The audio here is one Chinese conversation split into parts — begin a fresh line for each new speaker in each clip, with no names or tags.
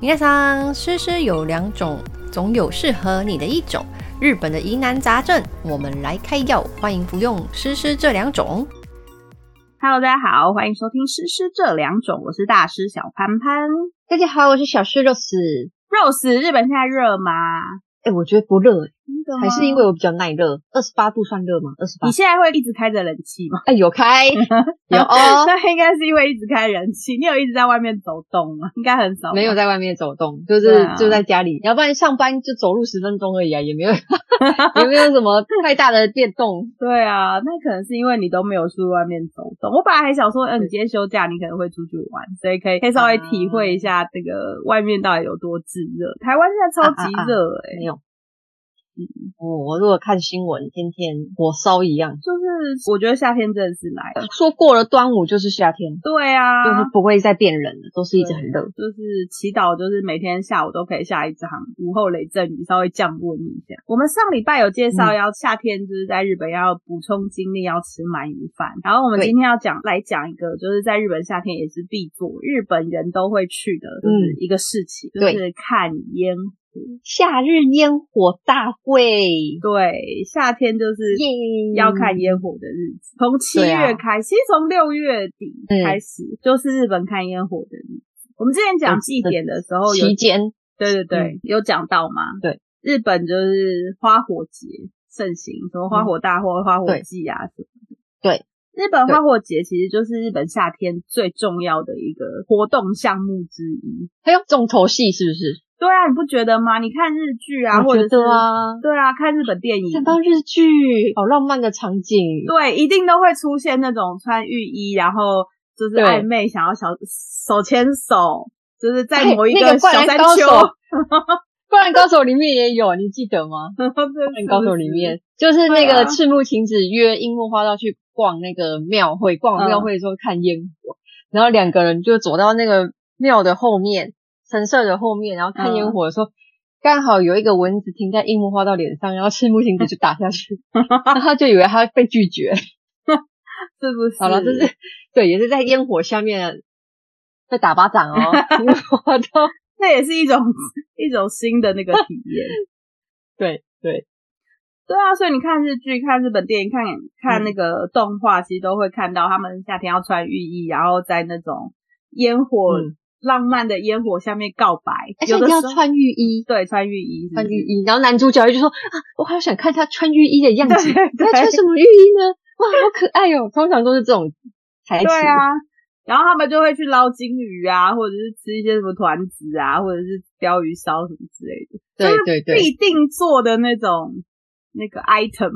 皆さん，诗诗有两种，总有适合你的一种。日本的疑难杂症，我们来开药，欢迎服用诗诗这两种。
Hello，大家好，欢迎收听《诗诗这两种》，我是大师小潘潘。
大家好，我是小诗肉丝。
Rose，日本现在热吗？
哎、我觉得不热、欸，
真的
还是因为我比较耐热。二十八度算热吗？二十八
你？现在会一直开着冷气吗？
哎、有开有哦，
那 应该是因为一直开冷气。你有一直在外面走动吗？应该很少吧。
没有在外面走动，就是、
对啊
就在家里，要不然上班就走路十分钟而已啊，也没有 也没有什么太大的变动。
对啊，那可能是因为你都没有去外面走动。我本来还想说，嗯、你今天休假，你可能会出去玩，所以可以可以稍
啊
微体会一下这个外面到底有多炙热。台湾现在
啊
超级热哎、
没有，哦，我如果看新闻，天天火烧一样。
就是我觉得夏天真的是来了。
说过了端午就是夏天，
对啊，
就是不会再变冷了，都是一直
对
很热。
就是祈祷，就是每天下午都可以下一场午后雷阵雨，稍微降温一下。我们上礼拜有介
嗯
绍要夏天就是在日本要补充精力，要吃鳗鱼饭。然后我们
对
今天要讲来讲一个，就是在日本夏天也是必做，日本人都会去的，就是一个事情，
嗯
就
对
是看烟。
夏日烟火大会，
对，夏天就是
耶
要看烟火的日子，从七
对啊嗯
月开，其实从六月底开始就是日本看烟火的日子。我们之前讲
我
祭典的时候，有
期间，
对对对，
嗯
有讲到吗？
对，
日本就是花火节盛行，什么花火大会、花火
嗯对
季啊什么的。
对，
日本花火节其实就是日本夏天最重要的一个活动项目之一。
还有重头戏是不是？
对啊，你不觉得吗？你看日剧啊，
我
或者
觉
是
得啊，
对啊，看日本电影。
想到日剧，好浪漫的场景，
对，一定都会出现那种穿浴衣，然后就是
对
暧昧，想要小手牵手，就是在
哎
某一
那个
小
灌篮
山
高
丘，
手 灌篮高手》里面也有，你记得吗？《
灌
灌篮高手》里面嗯就是那
对
个
啊
赤木晴子约樱木花道去逛那个庙会，逛完庙会之后看烟火，然后两个人就走到那个庙的后面，神社的后面，然后看烟火的时候。刚好有一个蚊子停在樱木花道脸上，然后赤木晴子就打下 去，然后他就以为他被拒绝。
是不是？
好了，这是对，也是在烟火下面在打巴掌 哦，樱木花道
这也是一种 一种新的那个体验。
对对，
对啊，所以你看日剧、看日本电影、看看
嗯
那个动画，其实都会看到他们夏天要穿浴衣，然后在那种烟火、
嗯
浪漫的烟火下面告白。
而且
有
一
的
定要
时候
穿浴衣，嗯
对穿浴衣是不
穿
是，
浴衣，然后男主角就说啊，我好想看他穿浴衣的样子，
对
他穿什么浴衣呢？哇，好可爱哦！通常都是这种台词，
对啊。然后他们就会去捞金鱼啊，或者是吃一些什么团子啊，或者是鲷鱼烧什么之类的，
对
就是
对对
必定做的那种那个 item。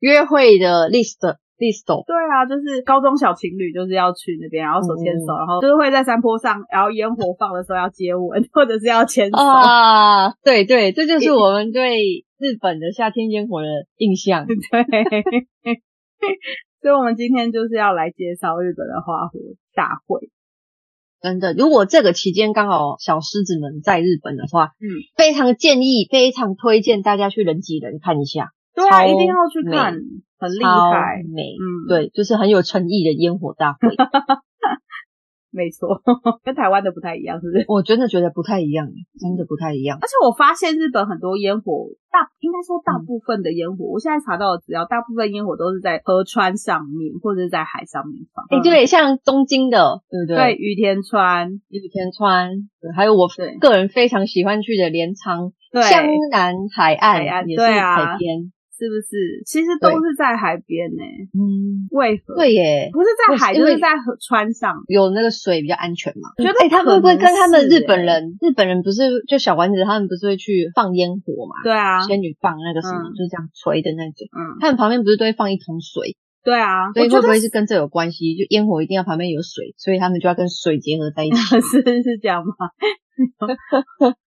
约会的 list list，
对啊，就是高中小情侣就是要去那边，然后手牵
嗯
手，然后就是会在山坡上，然后烟火放的时候要接吻， 或者是要牵手。
啊， 对对，这就是我们对日本的夏天烟火的印象。
嗯对， 所以我们今天就是要来介绍日本的花火大会。
真的，如果这个期间刚好小狮子们在日本的话，
嗯，
非常建议，非常推荐大家去人挤人看一下，
对啊，
超
一定要去看，很厉害
超。美，
嗯，，
对，就是很有诚意的烟火大 会。
没错，跟台湾的不太一样，是不是？
我真的觉得不太一样，真的不太一样。
而且我发现日本很多烟火，大应该说
嗯
大部分的烟火，我现在查到的资料，大部分烟火都是在河川上面或者是在海上面放。
哎、对，像东京的，对不对？
对，，于田川，
日田川，对还有我
对
个人非常喜欢去的镰仓、
对，
湘南海岸
海岸
也是
对啊
海边。
是不是？其实都是在海边呢、
嗯，
为何？
对耶，
不是在海，
因
就
为
是在河川上。
有那个水比较安全嘛。
觉得
哎、他们会不会
可能
跟他
是
们日
耶
本人？日本人不是就小丸子他们不是会去放烟火嘛？
对啊，
仙女棒那个什么，
嗯
就是这样吹的那种。
嗯，
他们旁边不是都会放一桶水，
对啊，
所
我
以
觉
会不
得
会是跟这有关系？就烟火一定要旁嗯 边有水，所以他们就要跟水结合在一起。
是是这样吗？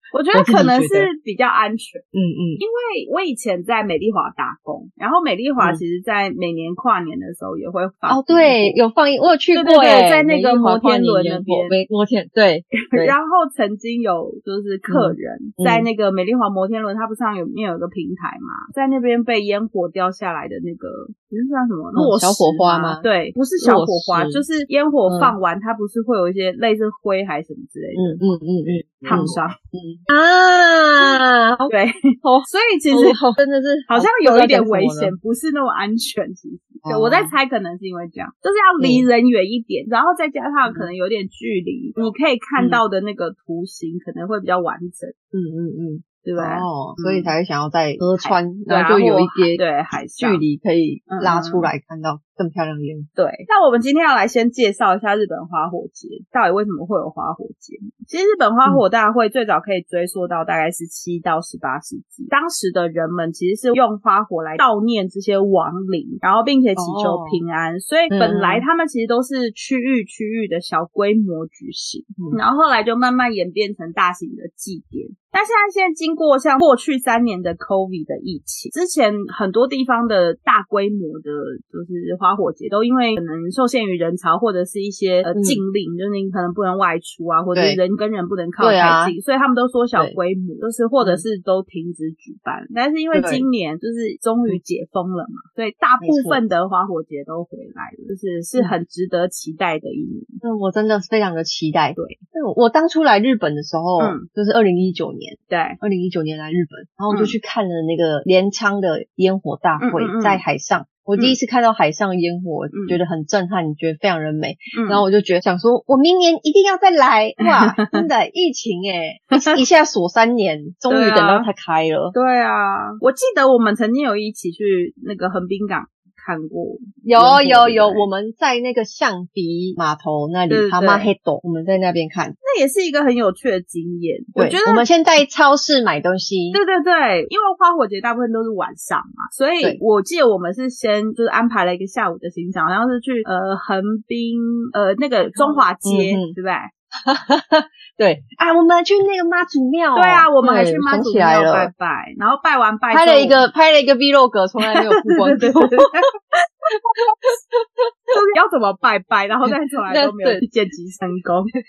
我觉
我
得
自己
可能
觉得
是比较安全，
嗯嗯，
因为我以前在美丽华打工，然后美丽华
嗯
其实在每年跨年的时候也会放
哦，对，有放映，我有去
对
过
对对
欸
在那个
美丽华
摩天轮
跨年烟
那
火
边
没摩天，对， 对
然后曾经有就是客人
嗯
在那个美丽华摩天轮，它不是上有面有一个平台嘛，在那边被烟火掉下来的那个，你是叫什么落石
小火花吗
对，不是小火花，
落石
就是烟火放完，它不是会有一些类似灰还是什么之类
嗯嗯嗯嗯
的烫伤，
嗯啊，好
对，
好
所以 其实
好真的是
好像
不知道
有一点
讲什么
危
了
险，不是那么安全。其实，对
哦嗯
我在猜，可能是因为这样，就是要离人远一点，然后再加上可能有点距离，你可以看到的那个图形可能会比较完整，
嗯嗯嗯，
对不对？
哦，
嗯
所以才会想要在河川，
对啊
然后就有一些
或对海上
距离可以
嗯
拉出来看到更漂亮的烟火。
对，那我们今天要来先介绍一下日本花火节，到底为什么会有花火节？其实日本花火大会最早可以追溯到大概是七到十八世纪，当时的人们其实是用花火来悼念这些亡灵，然后并且祈
哦
求平安，所以本来他们其实都是区域区域的小规模举行，
嗯
然后后来就慢慢演变成大型的祭典。那现在现在经过像过去三年的 COVID 的疫情，之前很多地方的大规模的，就是花火节都因为可能受限于人潮或者是一些呃
嗯
禁令，就是你可能不能外出啊，或者是
对
人跟人不能靠太
对啊
近，所以他们都缩小
对
规模，就是或者是都停止举办。但是因为
对
今年就是终于解封了嘛，所以大
嗯没
部
错嗯
分的花火节都回来了，就是是很值得期待的一年。
那我真的非常的期待。
对
那我，我当初来日本的时候，
嗯
就是二零一九年，
对，
二零一九年来日本，然后我就
嗯
去看了那个镰仓的烟火大会，
嗯嗯嗯
在海上。我第一次看到海上的烟火，
嗯
觉得很震撼，觉得非常的美。
嗯，
然后我就觉得想说，我明年一定要再 来。哇，真的疫情诶、一一下锁三年，终于
对啊
等到它开了。
对啊，我记得我们曾经有一起去那个横滨港看过，
有有有，
对
我们在那个象鼻码头那
对
里，
对
蛤蟆黑斗，我们在那边看。
那也是一个很有趣的经验。我
对
觉，得
我们先在超市买东西。
对对对，因为花火节大部分都是晚上嘛，所以
对
我记得我们是先就是安排了一个下午的行程，好像是去呃横滨呃那个中华街，
嗯嗯
对不对？
对啊，我们去那个妈祖庙哦。
对啊，我们还去
对
妈
哦想
祖
起来
庙拜
了，
拜，然后拜完拜
拍
之后
了一个拍了一个 vlog，从来没有曝光
对对
过。
对对，就是 要怎么拜拜，然后 但从来都没有
对
去见吉成 功。对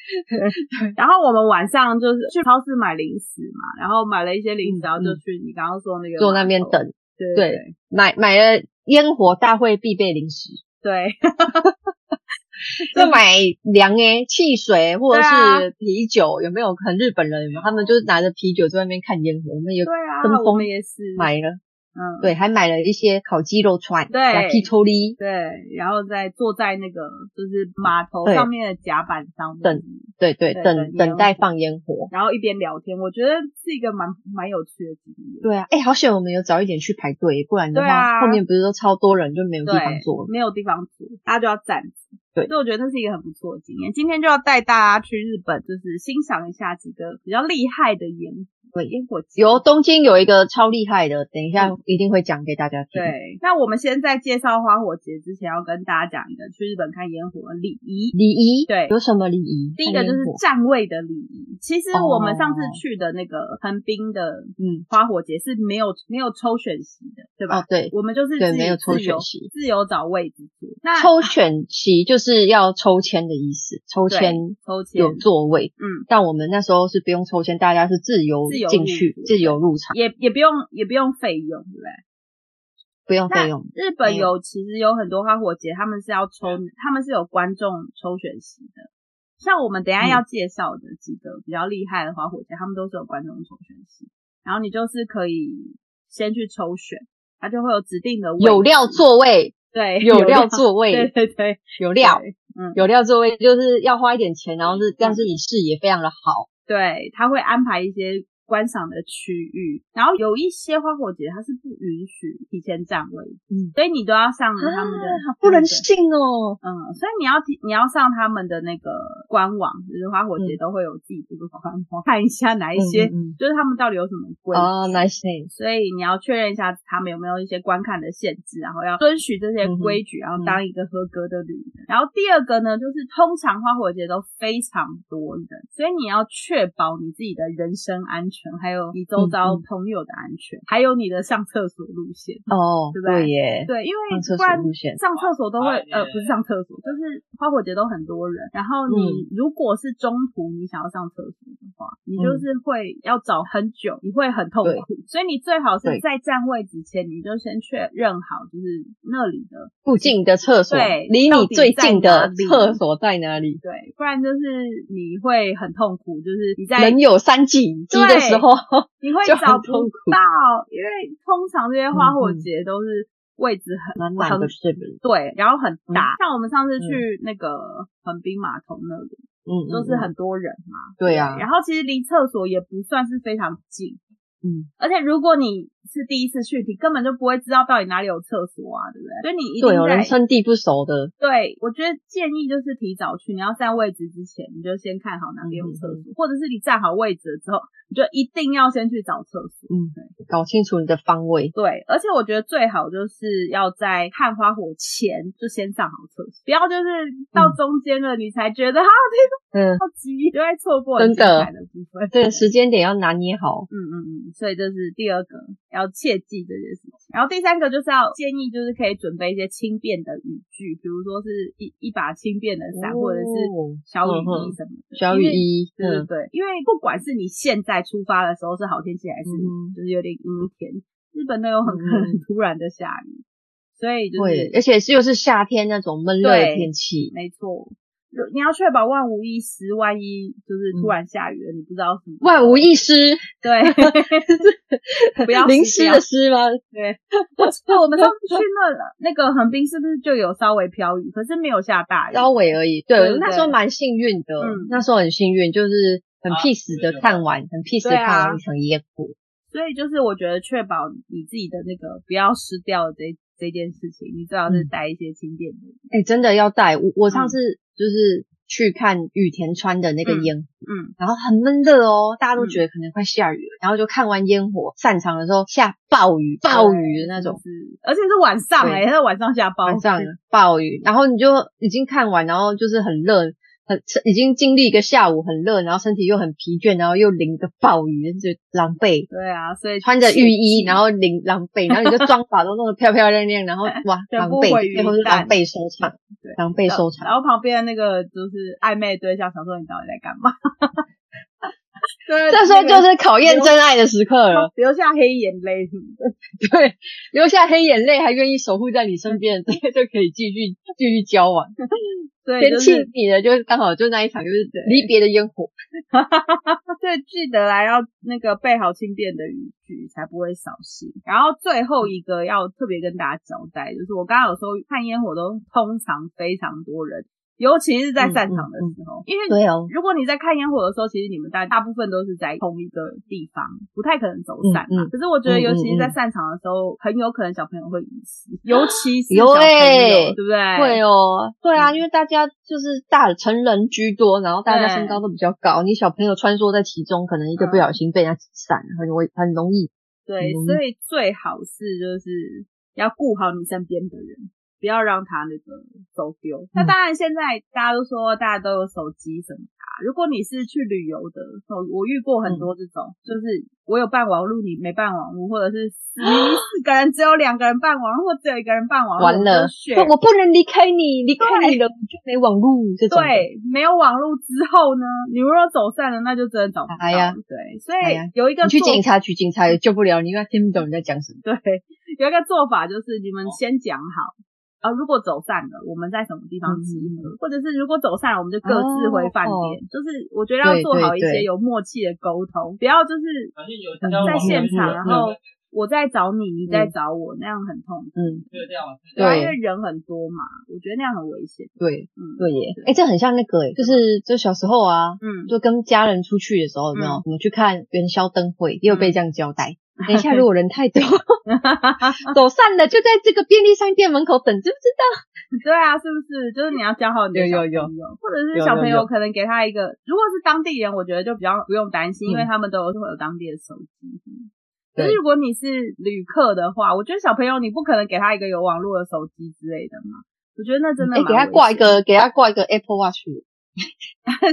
然后我们晚上就是去超市买零食嘛，然后买了一些零食，
嗯
然后就
嗯
去你刚刚说那个
坐那边
码头，
等，
对
对
对
买买了烟火大会必备零食，
对，
就买凉诶、汽水或者
对啊
是啤酒，有没有？很日本人有没有？他们就是拿着啤酒在外面看烟火，我们也
对啊，
跟
我
风
们也是
买了，
嗯
对，还买了一些烤鸡肉串，
对
皮抽里
对，然后再坐在那个就是码头
对
上面的甲板上面，
等对对，
对
等
等烟
等待
火
放烟火。
然后一边聊天，我觉得是一个蛮蛮有趣的经验。
对啊，哎、好险我们有早一点去排队，不然的
对
话、
啊
后面不是都超多人，就没有地
对，
方坐了。
没有地方坐，大家就要站着。
对
所以我觉得这是一个很不错的经验。今天就要带大家去日本，就是欣赏一下几个比较厉害的烟火
对
烟火节
有东京有一个超厉害的，等一下
嗯
一定会讲给大家听。
对，那我们先在介绍花火节之前，要跟大家讲一个去日本看烟火的礼仪。
礼仪
对
有什么礼仪？
第一个就是
看烟火
站位的礼仪。其实我们上次
哦
去的那个横滨的
嗯
花火节是没有没有抽选席的，对吧？
哦对，
我们就是
对
自
没有
由
抽
自由
选席
自由找位置坐。那
抽选席就是要抽签的意思，抽
对
签
抽签
有座位。
嗯，
但我们那时候是不用抽签，大家是自由
自由
进
入
去
座、
自由入场，
也也不用也不用费用，对不对？
不用
那
费用。
日本
没
有其实有很多花火节，他们是要抽，
嗯
他们是有观众抽选席的。像我们等一下
嗯
要介绍的几个比较厉害的花火节，他们都是有观众抽选席，然后你就是可以先去抽选，它就会有指定的位置
有料座位，
对
有料座
对
位，
对对
有料
对嗯
有料座位就是要花一点钱，然后是但是你视野非常的好，
对，他会安排一些观赏的区域，然后有一些花火节它是不允许提前占位的，
嗯
所以你都要上他们的、
啊，不能信哦。
嗯，所以你要提你要上他们的那个官网，就是花火节都会有自己这个官网， 看一下哪一些，
嗯嗯嗯嗯
就是他们到底有什么规则。
啊，nice name，
所以你要确认一下他们有没有一些观看的限制，然后要遵循这些
嗯
规矩，然后当一个合格的旅人。然后第二个呢，就是通常花火节都非常多人，所以你要确保你自己的人身安全，还有你周遭
嗯
朋友的安全，还有你的上厕所路线。
哦，
对吧
对耶，
对，因为
上厕
不
所
然
路线
上厕所都会
哎
呃不是上厕所，就是花火节都很多人。然后
嗯
你如果是中途你想要上厕所的话，你
嗯
就是会要找很久，你会很痛苦。所以你最好是
对
在占位之前，你就先确认好就是那里的
附近的厕所
对，
离
到
你
底
最
在
近
哪
的
里
厕所在哪里？
对，不然就是你会很痛苦，就是你在
人有三急的时候，
你会
就很
找不
痛苦
到，因为通常这些花火
嗯嗯
节都是位置很
满满的是人，
对，然后很大。像我们上次
嗯
去那个横滨码头那里，
嗯，嗯
就是很
嗯
多人嘛。
对啊，
然后其实离厕所也不算是非常近，
嗯，
而且如果你是第一次去，你根本就不会知道到底哪里有厕所啊，对不对？所以你一定
对哦，人
在
生地不熟的，
对，我觉得建议就是提早去，你要占位置之前，你就先看好
嗯
哪边有厕所，或者是你占好位置之后，你就一定要先去找厕所。
嗯
对，
搞清楚你的方位，
对，而且我觉得最好就是要在看花火前就先上好厕所，不要就是到
嗯
中间了你才觉得啊，
嗯，
好急，就会错过很
真的
精彩的部分。
这个时间点要拿捏好，
嗯嗯嗯，所以这是第二个要切记这件事情。然后第三个就是要建议，就是可以准备一些轻便的雨具，比如说是一一把轻便的伞，或者是
哦
小雨
嗯哼
衣什么的。
小雨
因为
衣，
对对
嗯，
对，因为不管是你现在出发的时候是好天气，还是
嗯哼
就是有点阴天，日本都有很可能
嗯
突然的下雨，所以就
会
是，
而且是又是夏天那种闷热的
对
天气，
没错，如你要确保万无一失，万一就是突然下雨了，你不知道什么，
嗯万无一失，
对，不要
淋
湿
湿
掉
的湿吗？
对，我记得我们上次去那了，那个横滨是不是就有稍微飘雨，可是没有下大雨。
稍微而已。对，
对对
我那时候蛮幸运的，
嗯
那时候很幸运，就是很
啊
peace 的看完，很 peace 的
对啊
看完一场野火。
所以就是我觉得确保你自己的那个不要湿掉的这这件事情，你最好是
嗯
带一些轻便的。
哎、真的要带我，我上次就是去看羽田川的那个烟火，
嗯，
然后很闷热哦，大家都觉得可能快下雨了，然后就看完烟火散场的时候下暴雨，暴雨的那种。
是，而且是晚上
对
哎、欸，它晚上下暴雨
晚上暴雨，然后你就已经看完，然后就是很热，很已经经历一个下午很热，然后身体又很疲倦，然后又淋个暴雨，就狼狈。
对啊，所以
穿着浴衣，
切记
然后淋狼狈，然后你就妆法都弄得漂漂亮 亮，然后哇，
全
狼
部毁
狈，
于
最后是
一旦
狼狈收场
对，
狼狈收
然
场。
后旁边的那个就是暧昧对象想说你到底在 干嘛？对，
这时候
那个
就是考验真爱的时刻 了，
流下黑眼泪什么的。
对，留下黑眼泪还愿意守护在你身 边，这就可以继续继续交往。
对，
天
就
气
是
你的就刚好就那一场就是离别的烟火，
对，记得来要那个备好轻便的语句，才不会扫兴。然后最后一个要特别跟大家交代，就是我刚刚有说看烟火都通常非常多人，尤其是在散场的时候，因为
嗯对哦，
如果你在看烟火的时候，其实你们大大部分都是在同一个地方，不太可能走散
嗯
嘛。
嗯
可是我觉得，
嗯嗯
尤其是在
嗯
散场的时候，很有可能小朋友会遗失，尤其是
有
小朋友，
欸
对不对？
会哦，对啊，
哎嗯
因为大家就是大成人居多，然后大家
对
身高都比较高，你小朋友穿梭在其中，可能一个不小心被人家挤散，很容易很容易
对，
嗯
所以最好是就是要顾好你身边的人，不要让他那个走丢。
嗯
那当然，现在大家都说大家都有手机什么的啊。如果你是去旅游的，我我遇过
嗯
很多这种，就是我有办网路，你没办网路，或者是十四个人只有两个人办网路，或只有一个人办网路，
完了
我就，选
不我不能离开你，离开你了我就没网路这种的。
对，没有网路之后呢，你如果走散了，那就真的找不到。
哎呀
对，所
哎呀
以有一个
你去
做
警察局，警察也救不了你，因为他听不懂你在讲什么。
对，有一个做法就是你
哦
们先讲好。啊，如果走散了，我们在什么地方集合，或者是如果走散了，我们就各自回饭店。
嗯哦
就是我觉得要
对
做好一
对
些
对
有默契的沟通，不要就是
好像有
嗯
在现场，
嗯
然后我在找你，你在
嗯
找我，那样很痛苦。
嗯，
对这样嘛，
对
啊因为人很多嘛，我觉得那样很危险。
对
嗯，
对耶，哎、这很像那个哎，就是就小时候啊，
嗯
就跟家人出去的时候，有没有？
嗯
我们去看元宵灯会，也有被这样交代，
嗯
等一下如果人太多， 走散了就在这个便利商店门口等，知不知道？
对啊，是不是？就是你要教好你的小
有
朋
有
友，
有
或者是
有
小朋
有有
友可能给他一个，如果是当地人，我觉得就比较不用担心，因
嗯
为他们都有会有当地的手机。可
对
是如果你是旅客的话，我觉得小朋友你不可能给他一个有网络的手机之类的嘛。我觉得那真
哎、
的蛮危险的，
给他挂一个，给他挂一个 Apple Watch，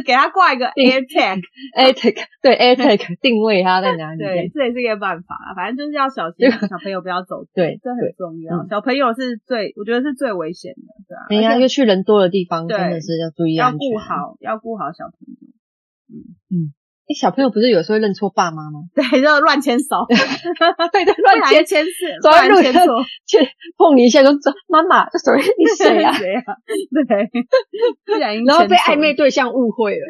给他挂一个 AirTag，
a i r t a g 对 a i r t a g 定位它在哪里？
对，这也是一个办法啦。反正就是要小心，啊
对
小朋友不要走
对
这很
对
重要。
嗯
小朋友是最，我觉得是最危险的，对啊。
等一下
而且
哎又去人多的地方，
对
真的是要注意
要
安全。
顾好，要顾好小朋友。
哎、小朋友不是有时候会认错爸妈吗？
对，就乱牵手，
啊对对，
不
乱
然
牵
牵是，不
走在
然
路
牵
上
错，？
牵碰你一下就走，妈妈，这 谁？你谁啊
谁啊？对，不 然
然后被暧昧，对象误会了，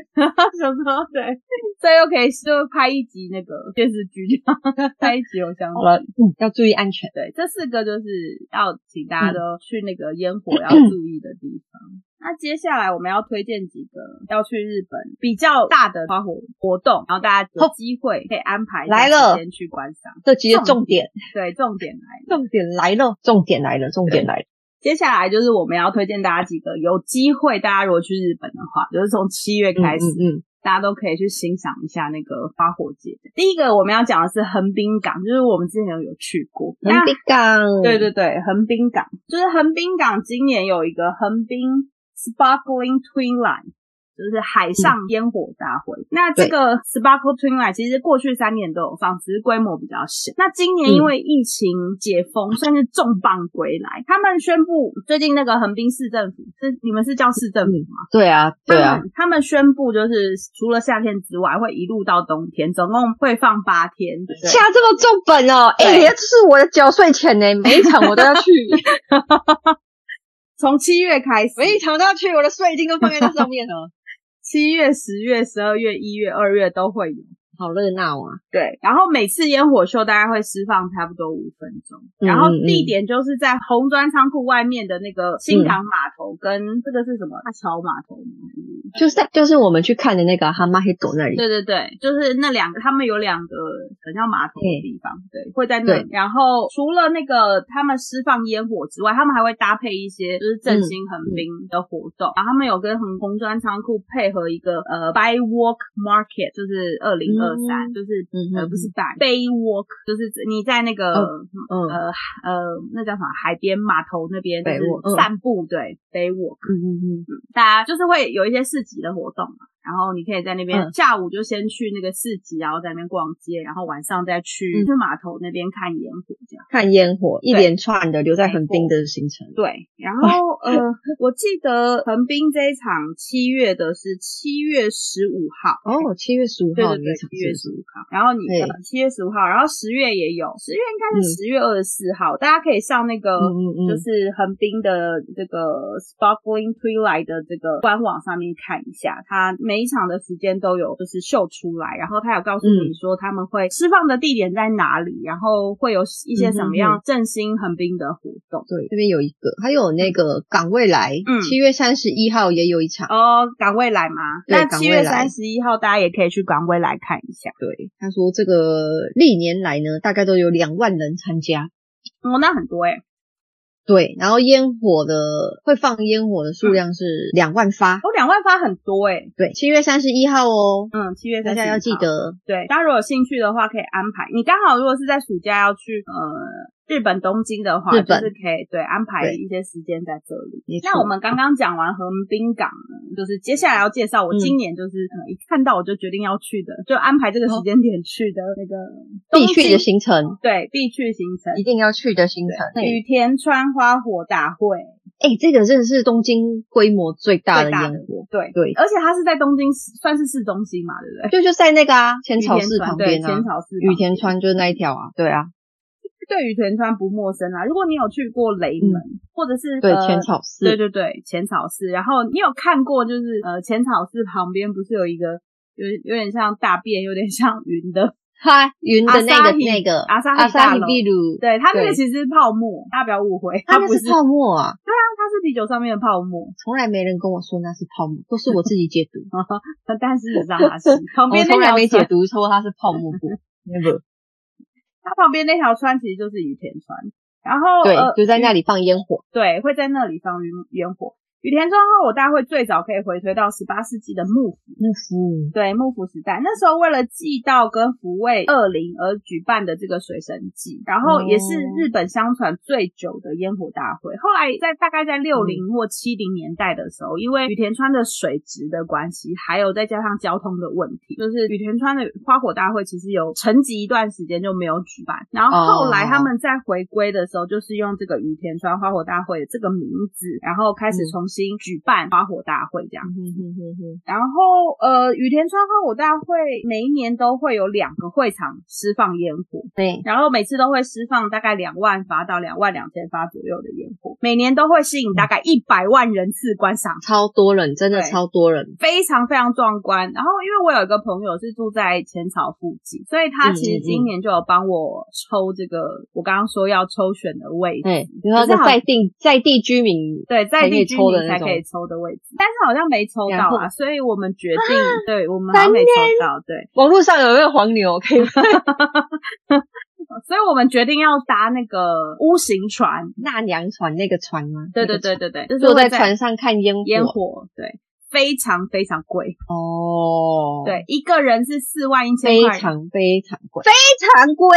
想说 对，这又可以就拍一集那个电视剧，这样拍一集我想
好了，嗯，要注意安全。
对，这四个就是要请大家都去那个烟火要注意的地方。那接下来我们要推荐几个要去日本比较大的花火活动，然后大家有
好
机会可以安排一
来
下
了
时间去观赏。
这集的重点，
对，重点来了。
重点来了，重点来了，重点来了。
接下来就是我们要推荐大家几个有机会，大家如果去日本的话，就是从七月
嗯
开始，
嗯嗯，
大家都可以去欣赏一下那个花火节。第一个我们要讲的是横滨港，就是我们之前有有去过，那
很冰杠，
对对对，横滨港就是横滨港，今年有一个横滨 Sparkling Twin Line，就是海上烟火大会。那这个 Sparkle Twin Line 其实过去三年都有放，只是规模比较小。那今
嗯
年因为疫情解封，算是重磅归来。他们宣布最近那个横滨市政府是你们是叫市政府吗？
对啊对
他
啊，
们他们宣布就是除了夏天之外，会一路到冬天，总共会放八天。对
下这么重本哦，哎、
对
这是我的缴税钱 呢，每一场我都要去，
从七月开始，
每一场都要去，我的税金都放在那上面哦，
七月、十月、十二月、一月、二月都会有。
好热闹啊！
对，然后每次烟火秀大概会释放差不多五分钟，
嗯
然后
嗯
地点就是在红砖仓库外面的那个新港码头跟这个是什么大桥码头吗？还是
就是在就是我们去看的那个哈马黑朵那里，
对对对，就是那两个，他们有两个很像码头的地方，对，会在那
对
里。然后除了那个他们释放烟火之外，他们还会搭配一些就
嗯
是振兴横滨的活动。然后他们有跟横空专仓库配合一个呃 Buy Walk Market，就是二零二三，
嗯
就是。
嗯
呃，不是 buy bay walk，就是你在那
哦
个、
嗯
呃呃那叫什么海边码头那边就
Bay walk，嗯
是散步，对 bay walk。
嗯嗯
大家就是会有一些市集的活动嘛，然后你可以在那边、
嗯
下午就先去那个市集，然后在那边逛街，然后晚上再去、
嗯
去码头那边看烟火这样。
看烟火，一
对
连串的留在横滨的行程。
对，然 后呃，我记得横滨这一场七月的是七月十五号，
哦，七月十五
对
号那
对对，
一场
七月十
是
五号，然后你
对
七月十五号，然后十月也有，十月应该是十月二十四号，大家可以上那个
嗯嗯嗯
就是横滨的这个 Sparkling Tree Light 的这个官网上面看一下，它每一场的时间都有就是秀出来，然后它有告诉
嗯
你说他们会释放的地点在哪里，然后会有一些
嗯
什么样振兴横滨的活动。
对，这边有一个，还有那个港未来
嗯，
七、月三十一号也有一场。
哦，港未来吗？
对
那
港
七
未
月
来
三十一号大家也可以去港未来看一下。
对，他说这个历年来呢，大概都有两万人参加。
哦，那很多哎、
对，然后烟火的会放烟火的数量是两万发。
哦，两万发很多哎、
对，七月三十一号哦，
嗯，七月
大
三十
家要记得。
对，大家如果有兴趣的话，可以安排。你刚好如果是在暑假要去呃日本东京的话，
日
就
本
是可以对安排
对
一些时间在这里。
没错
那我们刚刚讲完横滨港呢，就是接下来要介绍我
嗯
今年就是、呃一看到我就决定要去的，就安排这个时间点去的那个
哦必去的
行
行程，
对必去行程
一定要去的行程。
羽田川花火大会。
哎、这个真的是东京规模最大的
最大的
烟火，
对
对
而且它是在东京市，算是市中心嘛，对不对？
就就在那个啊浅草
羽田
寺
川
旁
对
边啊
浅，草寺旁
羽田川就是那一条啊，对啊，
对羽田川不陌生啦。啊如果你有去过雷门，或者是
嗯对
呃
浅草寺，
对对对，浅草寺。然后你有看过，就是呃，浅草寺旁边不是有一个有有点像大便，有点像云的，
嗨，云的那个
Asahi-
那个
Asahi
阿
大
萨
楼
比鲁，
对，它那个
对
其实是泡沫，大家不要误会，
它
它
那
不是，
是泡沫啊，
它是啤酒上面的泡沫，
从来没人跟我说那是泡沫，都是我自己解读，
但事实上它是旁
我
哦边
哦
那
从来
条
没
船
解读说它是泡沫过，never。
它旁边那条川其实就是雨田川，然后
对
呃，
就在那里放烟火。
对，会在那里放烟烟火。雨田川后，我大会最早可以回推到十八世纪的幕府，
那是
对幕府时代。那时候为了祭悼跟抚慰恶灵而举办的这个水神祭，然后也是
哦
日本相传最久的烟火大会。后来在大概在六
嗯
零或七零年代的时候，因为雨田川的水质的关系，还有再加上交通的问题，就是雨田川的花火大会其实有沉寂一段时间就没有举办。然后
哦
后来他们在回归的时候，就是用这个雨田川花火大会的这个名字，然后开始
嗯
重新举办花火大会这样。
嗯哼哼哼哼
然后呃，羽田川花火大会每一年都会有两个会场释放烟火，
对，
然后每次都会释放大概两万发到两万两千发左右的烟火，每年都会吸
嗯
引大概一百万人次观赏。
超多人，真的
对
超多人。
非常非常壮观。然后因为我有一个朋友是住在浅草附近，所以他其实今年就有帮我抽这个我刚刚说要抽选的位置。
对，就是那
可是
个
好
在地在地居民
对，在地居
才可以抽的那种
民才可以抽的位置，但是好像没抽
然
到
后啊
啊，所以我们决定，对我们好像没抽到，对，
网络上有没有黄牛可以？
所以我们决定要搭那个 U 型船。
纳凉船那个船吗？
对
那
对
个
对
船，
对对，就是
坐
会
在船上看烟火。
烟火，对，非常非常贵，
哦，，
对，一个人是四万一千
非
块，
常非常贵，非常贵，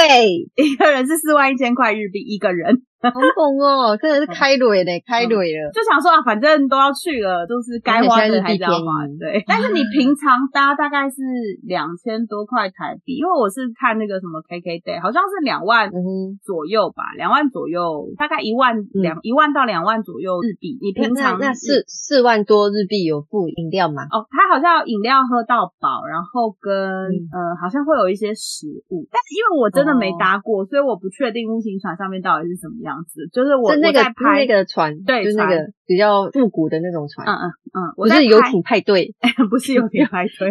一个人是四万一千块日币一个人，
好猛哦！真的是开蕊嘞，开蕊了。
就想说啊，反正都要去了，就是该花的还是要
而且
花
现在日， 币
对。但是你平常搭大概是两千多块台币，因为我是看那个什么 KK Day，好像是两万。
嗯哼，
左右吧，两万左右，大概一万两、一万到两万左右日币。你
那
平
那
常
嗯那四四万多日币有付饮料吗？
哦，它好像饮料喝到饱，然后跟、
嗯
呃，好像会有一些食物，但是因为我真的
哦
没搭过，所以我不确定乌行船上面到底是什么样子。就是我
是那个
呃我在
是
拍
那个船，
对
就是那
船
个比较复古的那种船
嗯，嗯嗯，我
不
在
是游
拍
艇派对，
不是游艇派 对，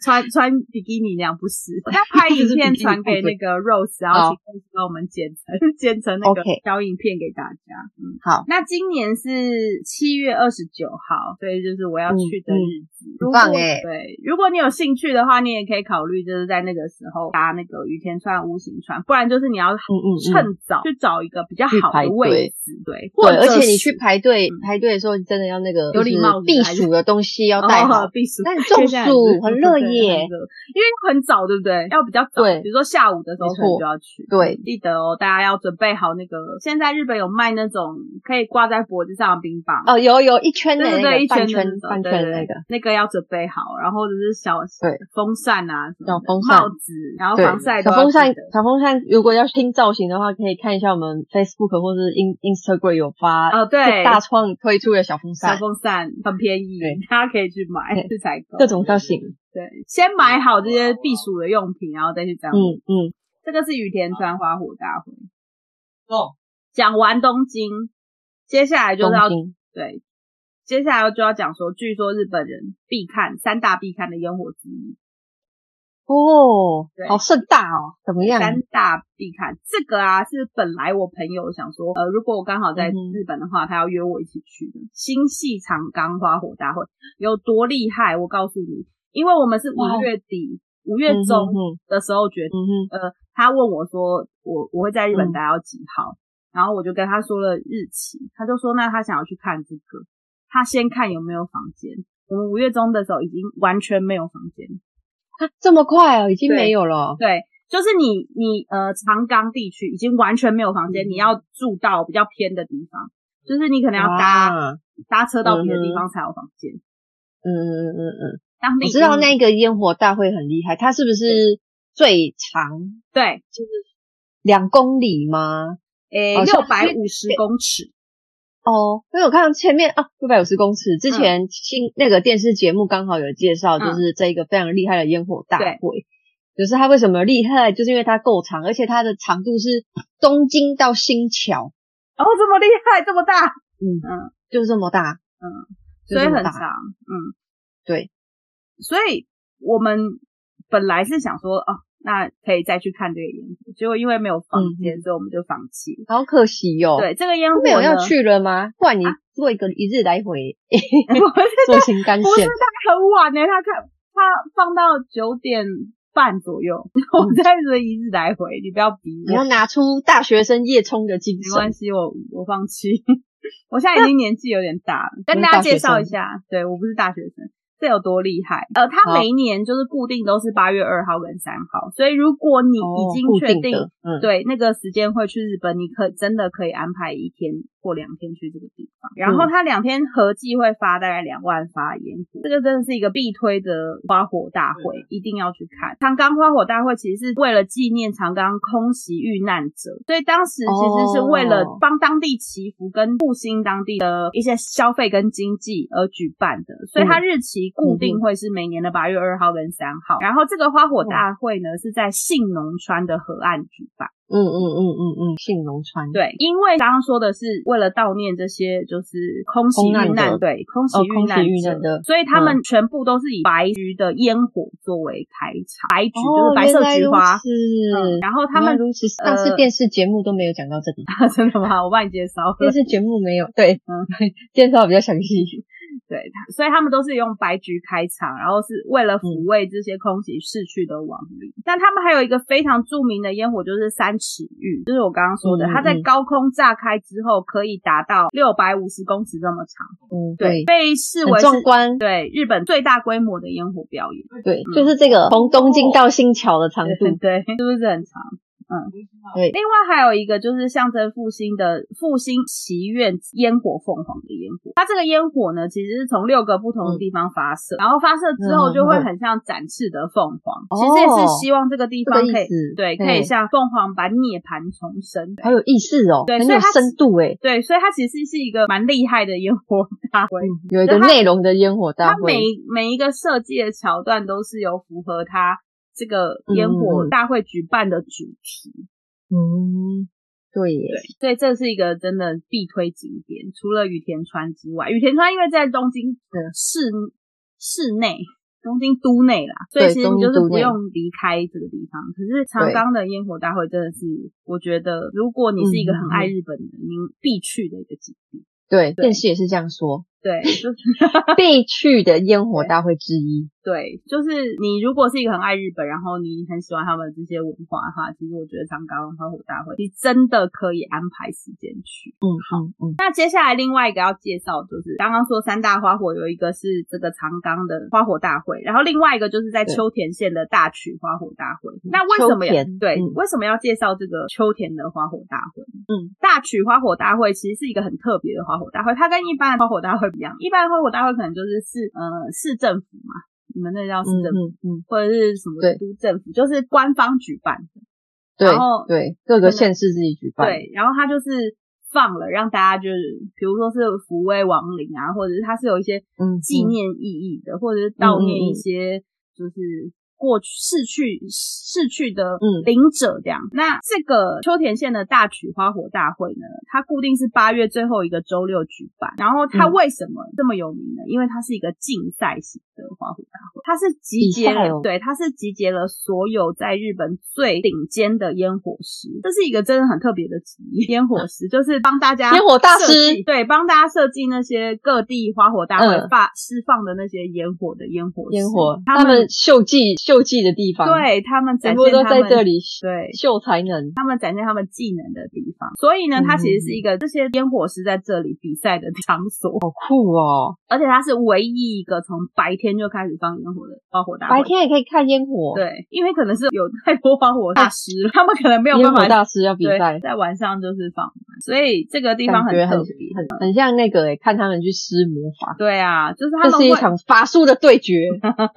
穿穿比基尼那样不是。我在拍影片传给那个 Rose，然后
好
请 Rose 帮我们剪成剪成那个
哦 OK
小影片给大家。嗯，
好，
那今年是七月二十九号，所以就是我要去的日子。如
嗯很棒
果
欸
对，如果你有兴趣的话，你也可以考虑就是在那个时候搭那个雨天川、无形船，不然就是你要
嗯嗯嗯
趁早去找一个比较好的位置，对，或
对，
者
而且你
是
去排队
嗯
排队的时候，你真的要那个
有礼
就是
貌是不是
避
还是
暑的东西要带好
哦，避暑。
那你中暑很热
对
耶
很，热因为很早，对不对？要比较早，
对
比如说下午的时候
没
可
错
能就要去。
对
记得哦，大家要准备好那个。现在日本有卖那种可以挂在脖子上的冰棒，
哦，有有一圈的
对对
那
对，一
个半
圈的
圈
那
半
种对
圈的
对
那
对
个，
那个要准备好，然后或者是小
对
风扇啊什么的，
小风扇
帽子，然后
对
防晒都
小
要
风扇
记得，
小风扇，如果要拼造型的话，可以看一下我们 Facebook 或是 In Instagram 有发
哦对
大创推出的小风
小
扇，
风扇很便宜
对，
大家可以去买
对
去采购
各种造型。
对，先买好这些避暑的用品，然后再去这样。
嗯嗯，
这个是雨田川花火大会。
哦，
讲完东京，接下来就是要
东京
对，接下来就要讲说，据说日本人必看三大必看的烟火之一，
哦
对，
好盛大哦，怎么样？
三大必看这个啊，是本来我朋友想说，呃，如果我刚好在
嗯哼
日本的话，他要约我一起去的。新系长冈花火大会有多厉害？我告诉你，因为我们是
哇
五月底、五月
嗯
中
哼
的时候决定。
嗯哼，
呃，他问我说我我会在日本
嗯
待到几号，然后我就跟他说了日期，他就说那他想要去看这个，他先看有没有房间。我们五月中的时候已经完全没有房间，
这么快哦，已经
对
没有了。
对，就是你你呃长冈地区已经完全没有房间，
嗯
你要住到比较偏的地方，就是你可能要搭
哇，
搭车到别的
啊
地
嗯哼
方才有房间。
嗯嗯嗯嗯。
当地
我知道
已经
那个烟火大会很厉害，它是不是最长
对，
两公里吗？
诶
好
六
像
百五十公尺，
哦，因为我看到前面啊，六百五十公尺。
嗯
之前新、那个电视节目刚好有介绍，就是这一个非常厉害的烟火大会。就是它为什么厉害，就是因为它够长，而且它的长度是东京到新桥，
哦，这么厉害，这么大，
嗯
嗯，
就是这么大，
嗯，
就
所以
这么
很
大
长，嗯，
对，
所以我们本来是想说，哦，那可以再去看这个烟火，结果因为没有
嗯
房间，所以我们就放弃了。
好可惜哟、
对，这个烟火
哦没有要
呢，啊
去了吗？不然你做一个一日来回，
我
做新干
不是
线，
大概很晚呢、他看他放到九点半左右，我在这一日来回，你不要逼
嗯你
我
要，拿出大学生夜冲的精
没
神
关。系，我我放弃。 我现在已经年纪有点大 了，跟大家介绍一下，对我不是大学生，这有多厉害？呃，他
好
每一年就是固定都是八月二号跟三号，所以如果你已经
哦固
确
定
定、
的，嗯，
对，那个时间会去日本，你可真的可以安排一天或两天去这个地方。然后
嗯
它两天合计会发大概两万发烟火，这个真的是一个必推的花火大
嗯
会，一定要去看。长冈花火大会其实是为了纪念长冈空袭遇难者，所以当时其实是为了
哦
帮当地祈福跟复兴当地的一些消费跟经济而举办的，所以它
嗯
日期固定会是每年的八月二号跟三号。然后这个花火
嗯
大会呢是在信浓川的河岸举办。
嗯嗯嗯嗯嗯，信农川，
对，因为刚刚说的是为了悼念这些就是空袭
空
遇
难者
难，对，空袭
哦
遇
空袭
难
遇
者
难的
所以他们全部都是以白菊的烟火作为开场， 白菊就
哦，
是白色
原来
菊
如
花。
此
嗯，然后他
原来
们
如此，上次
呃
电视节目都没有讲到 这个，
真的吗？我帮你介绍了。
电视节目没有，对，
嗯，
介绍比较详细。
对，他 所以他们都是用白菊开场，然后是为了
嗯
抚慰这些空袭逝去的亡灵。但他们还有一个非常著名的烟火，就是三尺玉，就是我刚刚说的，
嗯
它在
嗯
高空炸开之后可以达到六百五十公尺这么长，
嗯，对，
对，被视为
很
是
壮观，
对日本最大规模的烟火表演。
对，就是这个从东京到新桥的长度
嗯对，对，是不是很长？嗯，
对
另外还有一个就是象征复兴的复兴祈愿烟火凤凰的烟火，它这个烟火呢，其实是从六个不同的地方发射，
嗯
然后发射之后就会很像展翅的凤凰。
嗯嗯
其实也是希望这个地方
这
可
个
以、
意思
对，
对
可以像凤凰般涅槃重生。
好有意思哦，
对
很
所以
有
它
深度诶。
对，所以它其实是一个蛮厉害的烟火大会。
有一个内容的烟火大
它
会
每，每一个设计的桥段都是有符合它这个烟
嗯嗯
火
嗯
大会举办的主题。
嗯，对耶，
所以这是一个真的必推景点，除了羽田川之外，羽田川因为在东京的市市内，东京都内啦，所以
对
其实
东
你
京
就是
都
不
内
用离开这个地方。可是长
对
冈的烟火大会真的是，我觉得如果你是一个很爱
嗯
日本的人，您必去的一个景点。
对，电视也是这样说，
对，就是
必去的烟火大会之一。
对，就是你如果是一个很爱日本，然后你很喜欢他们这些文化的话，其实我觉得长冈花火大会，你真的可以安排时间去。
嗯，好，嗯，
那接下来另外一个要介绍就是刚刚说三大花火，有一个是这个长冈的花火大会，然后另外一个就是在
对嗯
秋田县的大曲花火大会。那为什么
秋
要
田
对、
嗯
为什么要介绍这个秋田的花火大会？嗯，大曲花火大会其实是一个很特别的花火大会，它跟一般的花火大会不一样。一般的花火大会可能就是市呃市政府嘛，你们那叫市
嗯
政府、
嗯嗯，
或者是什么
对
都政府，就是官方举办的。
对
然后
对，各个县市自己举办，
对，然后他就是放了，让大家就是，比如说是抚慰亡灵啊，或者是它是有一些
嗯
纪
嗯
念意义的，或者是悼念
嗯嗯嗯
一些就是过去逝去逝去的
嗯
领者这样。那这个秋田县的大曲花火大会呢，它固定是八月最后一个周六举办。然后它
嗯
为什么这么有名呢？因为它是一个竞赛型的花火大会，它是集
比
结
赛
了、
哦
对，它是集结了所有在日本最顶尖的烟火师，这是一个真的很特别的职业。烟火师就是帮大家
烟火大
设计
师
对，帮大家设计那些各地花火大会
嗯
发、释放的那些烟火的烟火
烟
石
火，
他
他
们
们秀技秀技的地方，，
对他们展
全
现
部都
他
在
们
这里
对
秀才能，
他们展现他们技能的地方。所以呢，它其实
嗯
是一个这些烟火师在这里比赛的 场所，
好酷哦！
而且它是唯一一个从白天就开始放烟火的花火大
白
会。
天也可以看烟火，，
对，因为可能是有太多花火大师了，他们可能没有
烟
办
火
法
大师要比
对
赛，
在晚上就是放完，所以这个地方
感
很
觉
特
很
别。
很很像那个诶，看他们去施魔法，
对啊，就是他
这
们
是一
会
场法术的对决。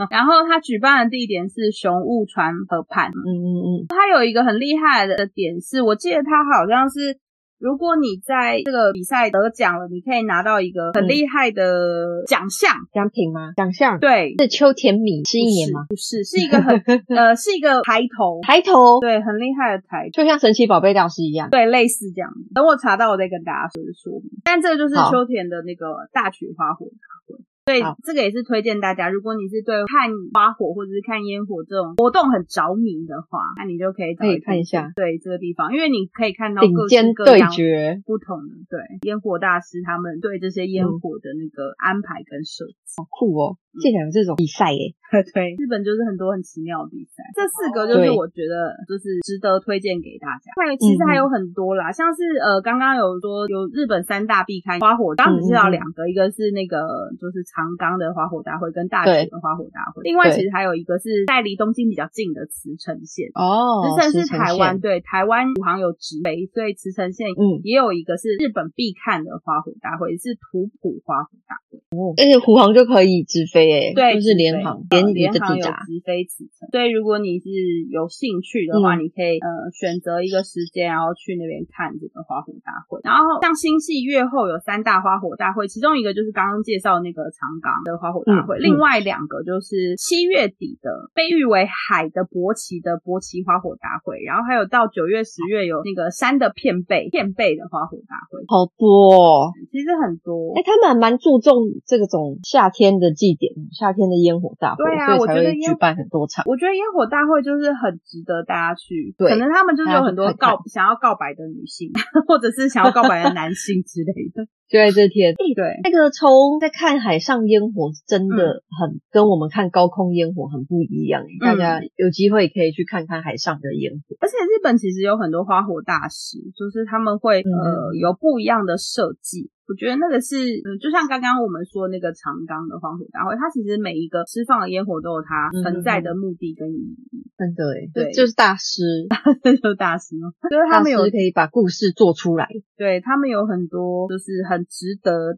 然后它举办的地点是熊雾川河畔。
嗯嗯嗯，
它有一个很厉害的点是，我记得它好像是，如果你在这个比赛得奖了，你可以拿到一个
嗯
很厉害的奖项。
奖品吗？奖项
对，
是秋田米是一年吗？
不是，是一个很呃，是一个抬头，
抬头，
对，很厉害的抬头。
就像神奇宝贝大师一样。
对，类似这样子。等我查到，我再跟大家说说明。但这个就是
好
秋田的那个大曲花火大会，所以
好
这个也是推荐大家，如果你是对看花火或者是看烟火这种活动很着迷的话，那你就可以
可
找
以
来
看一下
对这个地方，因为你可以看到
顶
各
尖
式各
对
样
决，
不同的对烟火大师他们对这些烟火的那个安排跟设
嗯
计。嗯
好酷哦！竟然有这种比赛耶、
对，日本就是很多很奇妙的比赛。这四个就
对
是
嗯
我觉得就是值得推荐给大家。还有其实还有很多啦，像是呃刚刚有说有日本三大必开花火，刚刚只介
嗯
绍两个，一个是那个就是长冈的花火大会跟大
对
阪的花火大会，另外
对
其实还有一个是在离东京比较近的茨城县。
哦
茨城是
石城
台湾，
县
对台湾武行有直北，所以茨城县
嗯
也有一个是日本必看的花火大会，是图谱花火大会。
而且虎航就可以直飞诶、
对，
就是
直
联
飞
航
呃
联你
联
的
航
抵
有
达，
直飞此程。所以如果你是有兴趣的话，
嗯
你可以呃选择一个时间，然后去那边看这个花火大会。然后像新系月后有三大花火大会，其中一个就是刚刚介绍那个长冈的花火大
嗯
会，
嗯
另外两个就是七月底的被誉为海的勃起的勃起花火大会，然后还有到九月十月有那个山的片贝片贝的花火大会，
好多、哦。
其实很多。
哎、他们还蛮注重这种夏天的祭典，夏天的烟火大会，
对
所
啊
以才
我觉得
会
烟
举办很多场。
我觉得烟火大会就是很值得大家去，
对
可能他们就是有很多
大家去看
告想要告白的女性， 或者是想要告白的男性之类 的。
就在这
嗯
天，
对，
那个从在看海上烟火真
嗯
的很、跟我们看高空烟火很不一样，大家有机会可以去看看海上的烟火。
而且日本其实有很多花火大师，就是他们会
嗯
呃有不一样的设计。我觉得那个是，嗯，就像刚刚我们说那个长冈的花火大会，它其实每一个释放的烟火都有它
嗯
存在的目的跟意义。
真的诶，
对
就就是大师，
这就是大师吗？就是他
大
们有
师可以把故事做出来。
对他们有很多就是很值得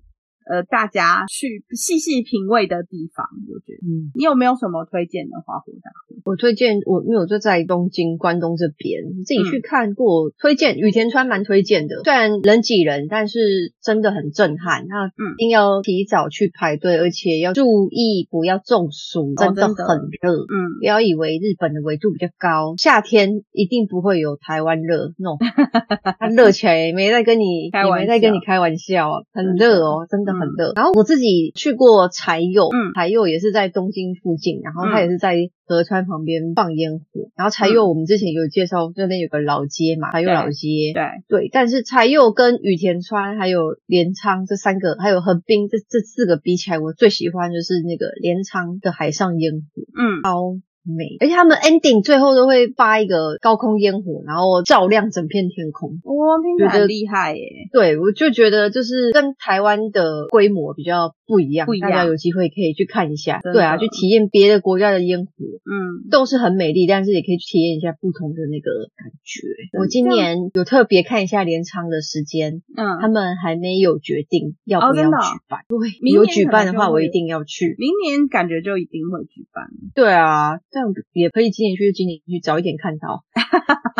呃大家去细细品味的地方，我觉得。
嗯，
你有没有什么推荐的花火大会？
我推荐我，因为我就在东京关东这边，自己去
嗯
看过，推荐羽田川蛮推荐的，虽然人挤人，但是真的很震撼。那
嗯
一定要提早去排队，而且要注意不要中暑，真的
哦真的
很热。
嗯
不，要以为日本的纬度比较高，夏天一定不会有台湾热 那种，它热起来也没在跟你，
开玩
也没
笑
在跟你开玩笑啊，很热哦，真的很
嗯
热。然后我自己去过柴又，
嗯
柴又也是在东京附近，然后它
嗯
也是在河川旁边放烟火。然后柴又我们之前有介绍，那边有个老街嘛，柴又
对
老街，
对，
对，但是柴又跟羽田川还有镰仓这三个，还有横滨这这四个比起来，我最喜欢就是那个镰仓的海上烟火。
嗯，
美，而且他们 ending 最后都会发一个高空烟火，然后照亮整片天空。
哇、听起来
觉得
很厉害耶！
对，我就觉得就是跟台湾的规模比较不一样，
不一样
大家有机会可以去看一下。
真的
对啊，去体验别的国家的烟火
嗯，
都是很美丽，但是也可以去体验一下不同的那个感觉。我今年有特别看一下镰仓的时间，他
嗯，
们还没有决定要
哦
不要
真的哦
举办。对，
明年
有举办的
可能
话，
就
我
会
一
有
定要去。
明年感觉就一定会举办了。
对啊，但也可以今年去，今年去早一点看到。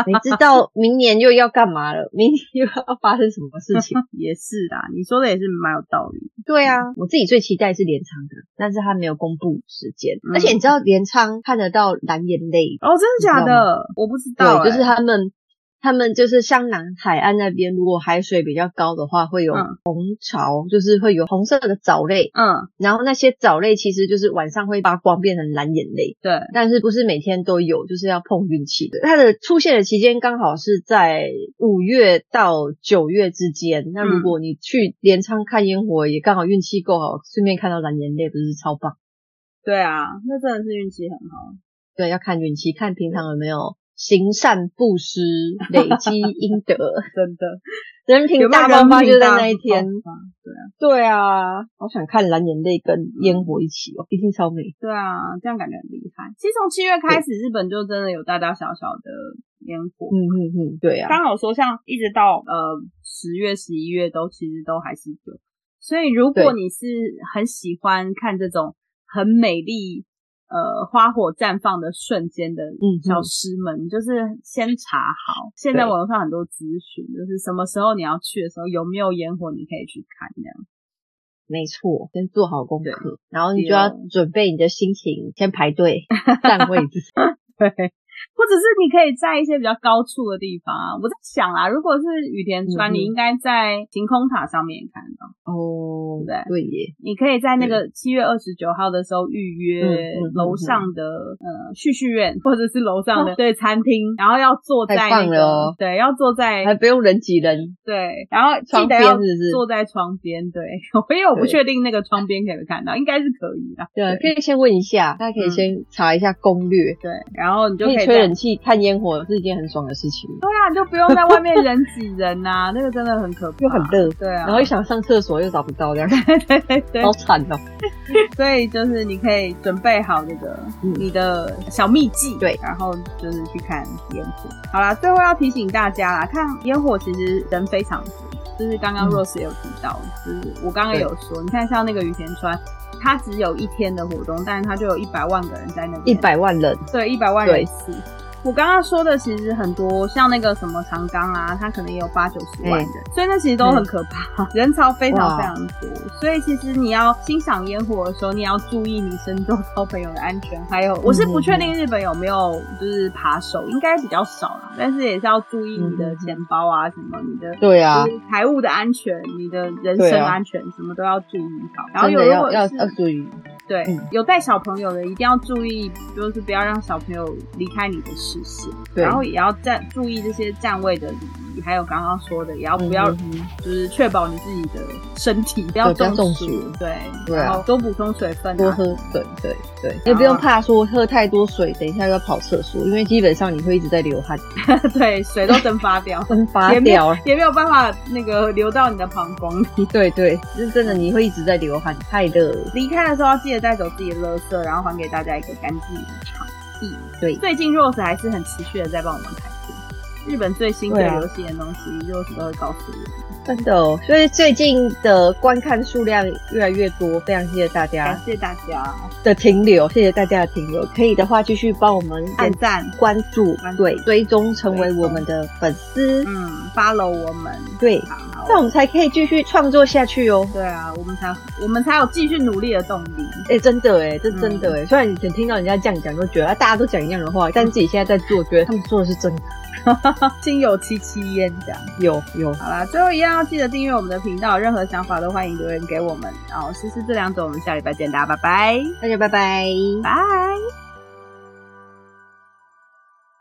你 知道明年又要干嘛了？明年又要发生什么事情？
也是啦，你说的也是蛮有道理。
对啊，我自己最期待是镰仓的，但是他没有公布时间。
嗯
而且你知道镰仓看得到蓝眼泪，
哦，真的假
你知道
的？我不知道、欸，
对，就是他们，他们就是香南海岸那边，如果海水比较高的话，会有
嗯
红潮，就是会有红色的藻类，
嗯，
然后那些藻类其实就是晚上会发光，变成蓝眼泪。
对，
但是不是每天都有，就是要碰运气的。它的出现的期间刚好是在五月到九月之间。那
嗯
如果你去镰仓看烟火，也刚好运气够好，顺便看到蓝眼泪，不是超棒？
对啊，那真的是运气很好。
对，要看运气，看平常有没有行善布施，累积阴德，
真的，
人品
有没有
大爆发
人
就
品
在
大
那一天。
爆发对啊，
对啊，好想看蓝眼泪跟烟火一起哦，一定超美。
对啊，这样感觉很厉害。其实从七月开始，日本就真的有大大小小的烟火，
嗯嗯嗯，对啊，
刚好说像一直到呃十月、十一月都其实都还是有，所以如果
对
你是很喜欢看这种很美丽呃花火绽放的瞬间的
嗯
小师们，你就是先查好，现在
对
网络上很多资讯，就是什么时候你要去的时候有没有烟火，你可以去看这样。
没错，先做好功
对
课，然后你
对
就要
哦
准备你的心情，先排队占位置。
对，或者是你可以在一些比较高处的地方啊。我在想啊，如果是羽田川，
嗯嗯
你应该在晴空塔上面看得到。
哦，
对
对耶，
你可以在那个七月二十九号的时候预约
嗯嗯嗯嗯
楼上的、呃旭旭苑，或者是楼上 的、对餐厅，然后要坐在
太
那
棒
个、
了哦
对，要坐在
还不用人挤人，
对，然后记
窗
得
边
要
是不是
坐在窗边。对， 因为我不
对
确定那个窗边可不可以看到，应该是可以的。
对，啊可以先问一下，大家可以
嗯
先查一下攻略。
对，然后你就
可以
以
吹
在
冷气、看烟火是一件很爽的事情，
对啊，你就不用在外面人挤人呐、那个真的很可怕，
又很热，
对啊，
然后又想上厕所又找不到，这样
对对对
好，惨哦。
所以就是你可以准备好那个、
嗯
你的小秘技，
对
然后就是去看烟火。好啦，最后要提醒大家啦，看烟火其实人非常多，就是刚刚
嗯
Rose 也有提到，就是我刚刚也
对
有说，你看像那个雨田川。它只有一天的活动，但是它就有一百万个人在那边，
一百万人，
对，一百万人
对
次。我刚刚说的其实很多，像那个什么长冈啊，它可能也有八九十万人，所以那其实都很可怕，人潮非常
嗯哇
非常多。所以其实你要欣赏烟火的时候，你也要注意你身周遭朋友的安全。还有，我是不确
嗯
定日本有没有就是扒手，应该比较少啦，但是也是要注意你的
嗯嗯
钱包啊，什么你的。
对啊
就，是财务的安全，你的人
对
身
啊
安全，什么都要注意好。然后
真
有
的
如果
要要
是啊
要注意，
对，
嗯
有带小朋友的一定要注意，就是不要让小朋友离开你的视线，
对
然后也要站注意这些站位的礼仪，还有刚刚说的，也要不要、
嗯嗯嗯
就是确保你自己的身体不要
对不要中
中
暑
对，
对啊
然后多补充水分、
多
啊，
喝，对对对，也不用怕说喝太多水，等一下又要跑厕所，因为基本上你会一直在流汗，。
对，水都蒸发掉
蒸发
也没
掉
有，也没有办法那个流到你的膀胱里。
对对，就是真的你会一直在流汗，太热了，
离开的时候要记得带走自己的垃圾，然后还给大家一个干净的场地。
对
最近 Rose 还是很持续的在帮我们拍片。日本最新最
对啊
流行的东西、r o s e 都会告诉我。
真的哦、所以最近的观看数量越来越多，非常谢谢大
感
家
谢大家，
的停留，谢谢大家的停留，可以的话继续帮我们
按赞，
关注
关，注
对，追踪成为
追踪
我们的粉丝，
嗯，follow 我们，
对，
好
那我们才可以继续创作下去哦。
对啊，我们才我们才有继续努力的动力。
哎、真的哎，这真的哎、虽然以前听到人家这样讲，都觉得、啊、大家都讲一样的话，但自己现在在做，觉得他们说的是真的。
心有戚戚焉，这样。
有有，
好啦，最后一样要记得订阅我们的频道，任何想法都欢迎留言给我们。然后实施这两种，我们下礼拜见，大家拜拜，
大家拜拜。
拜。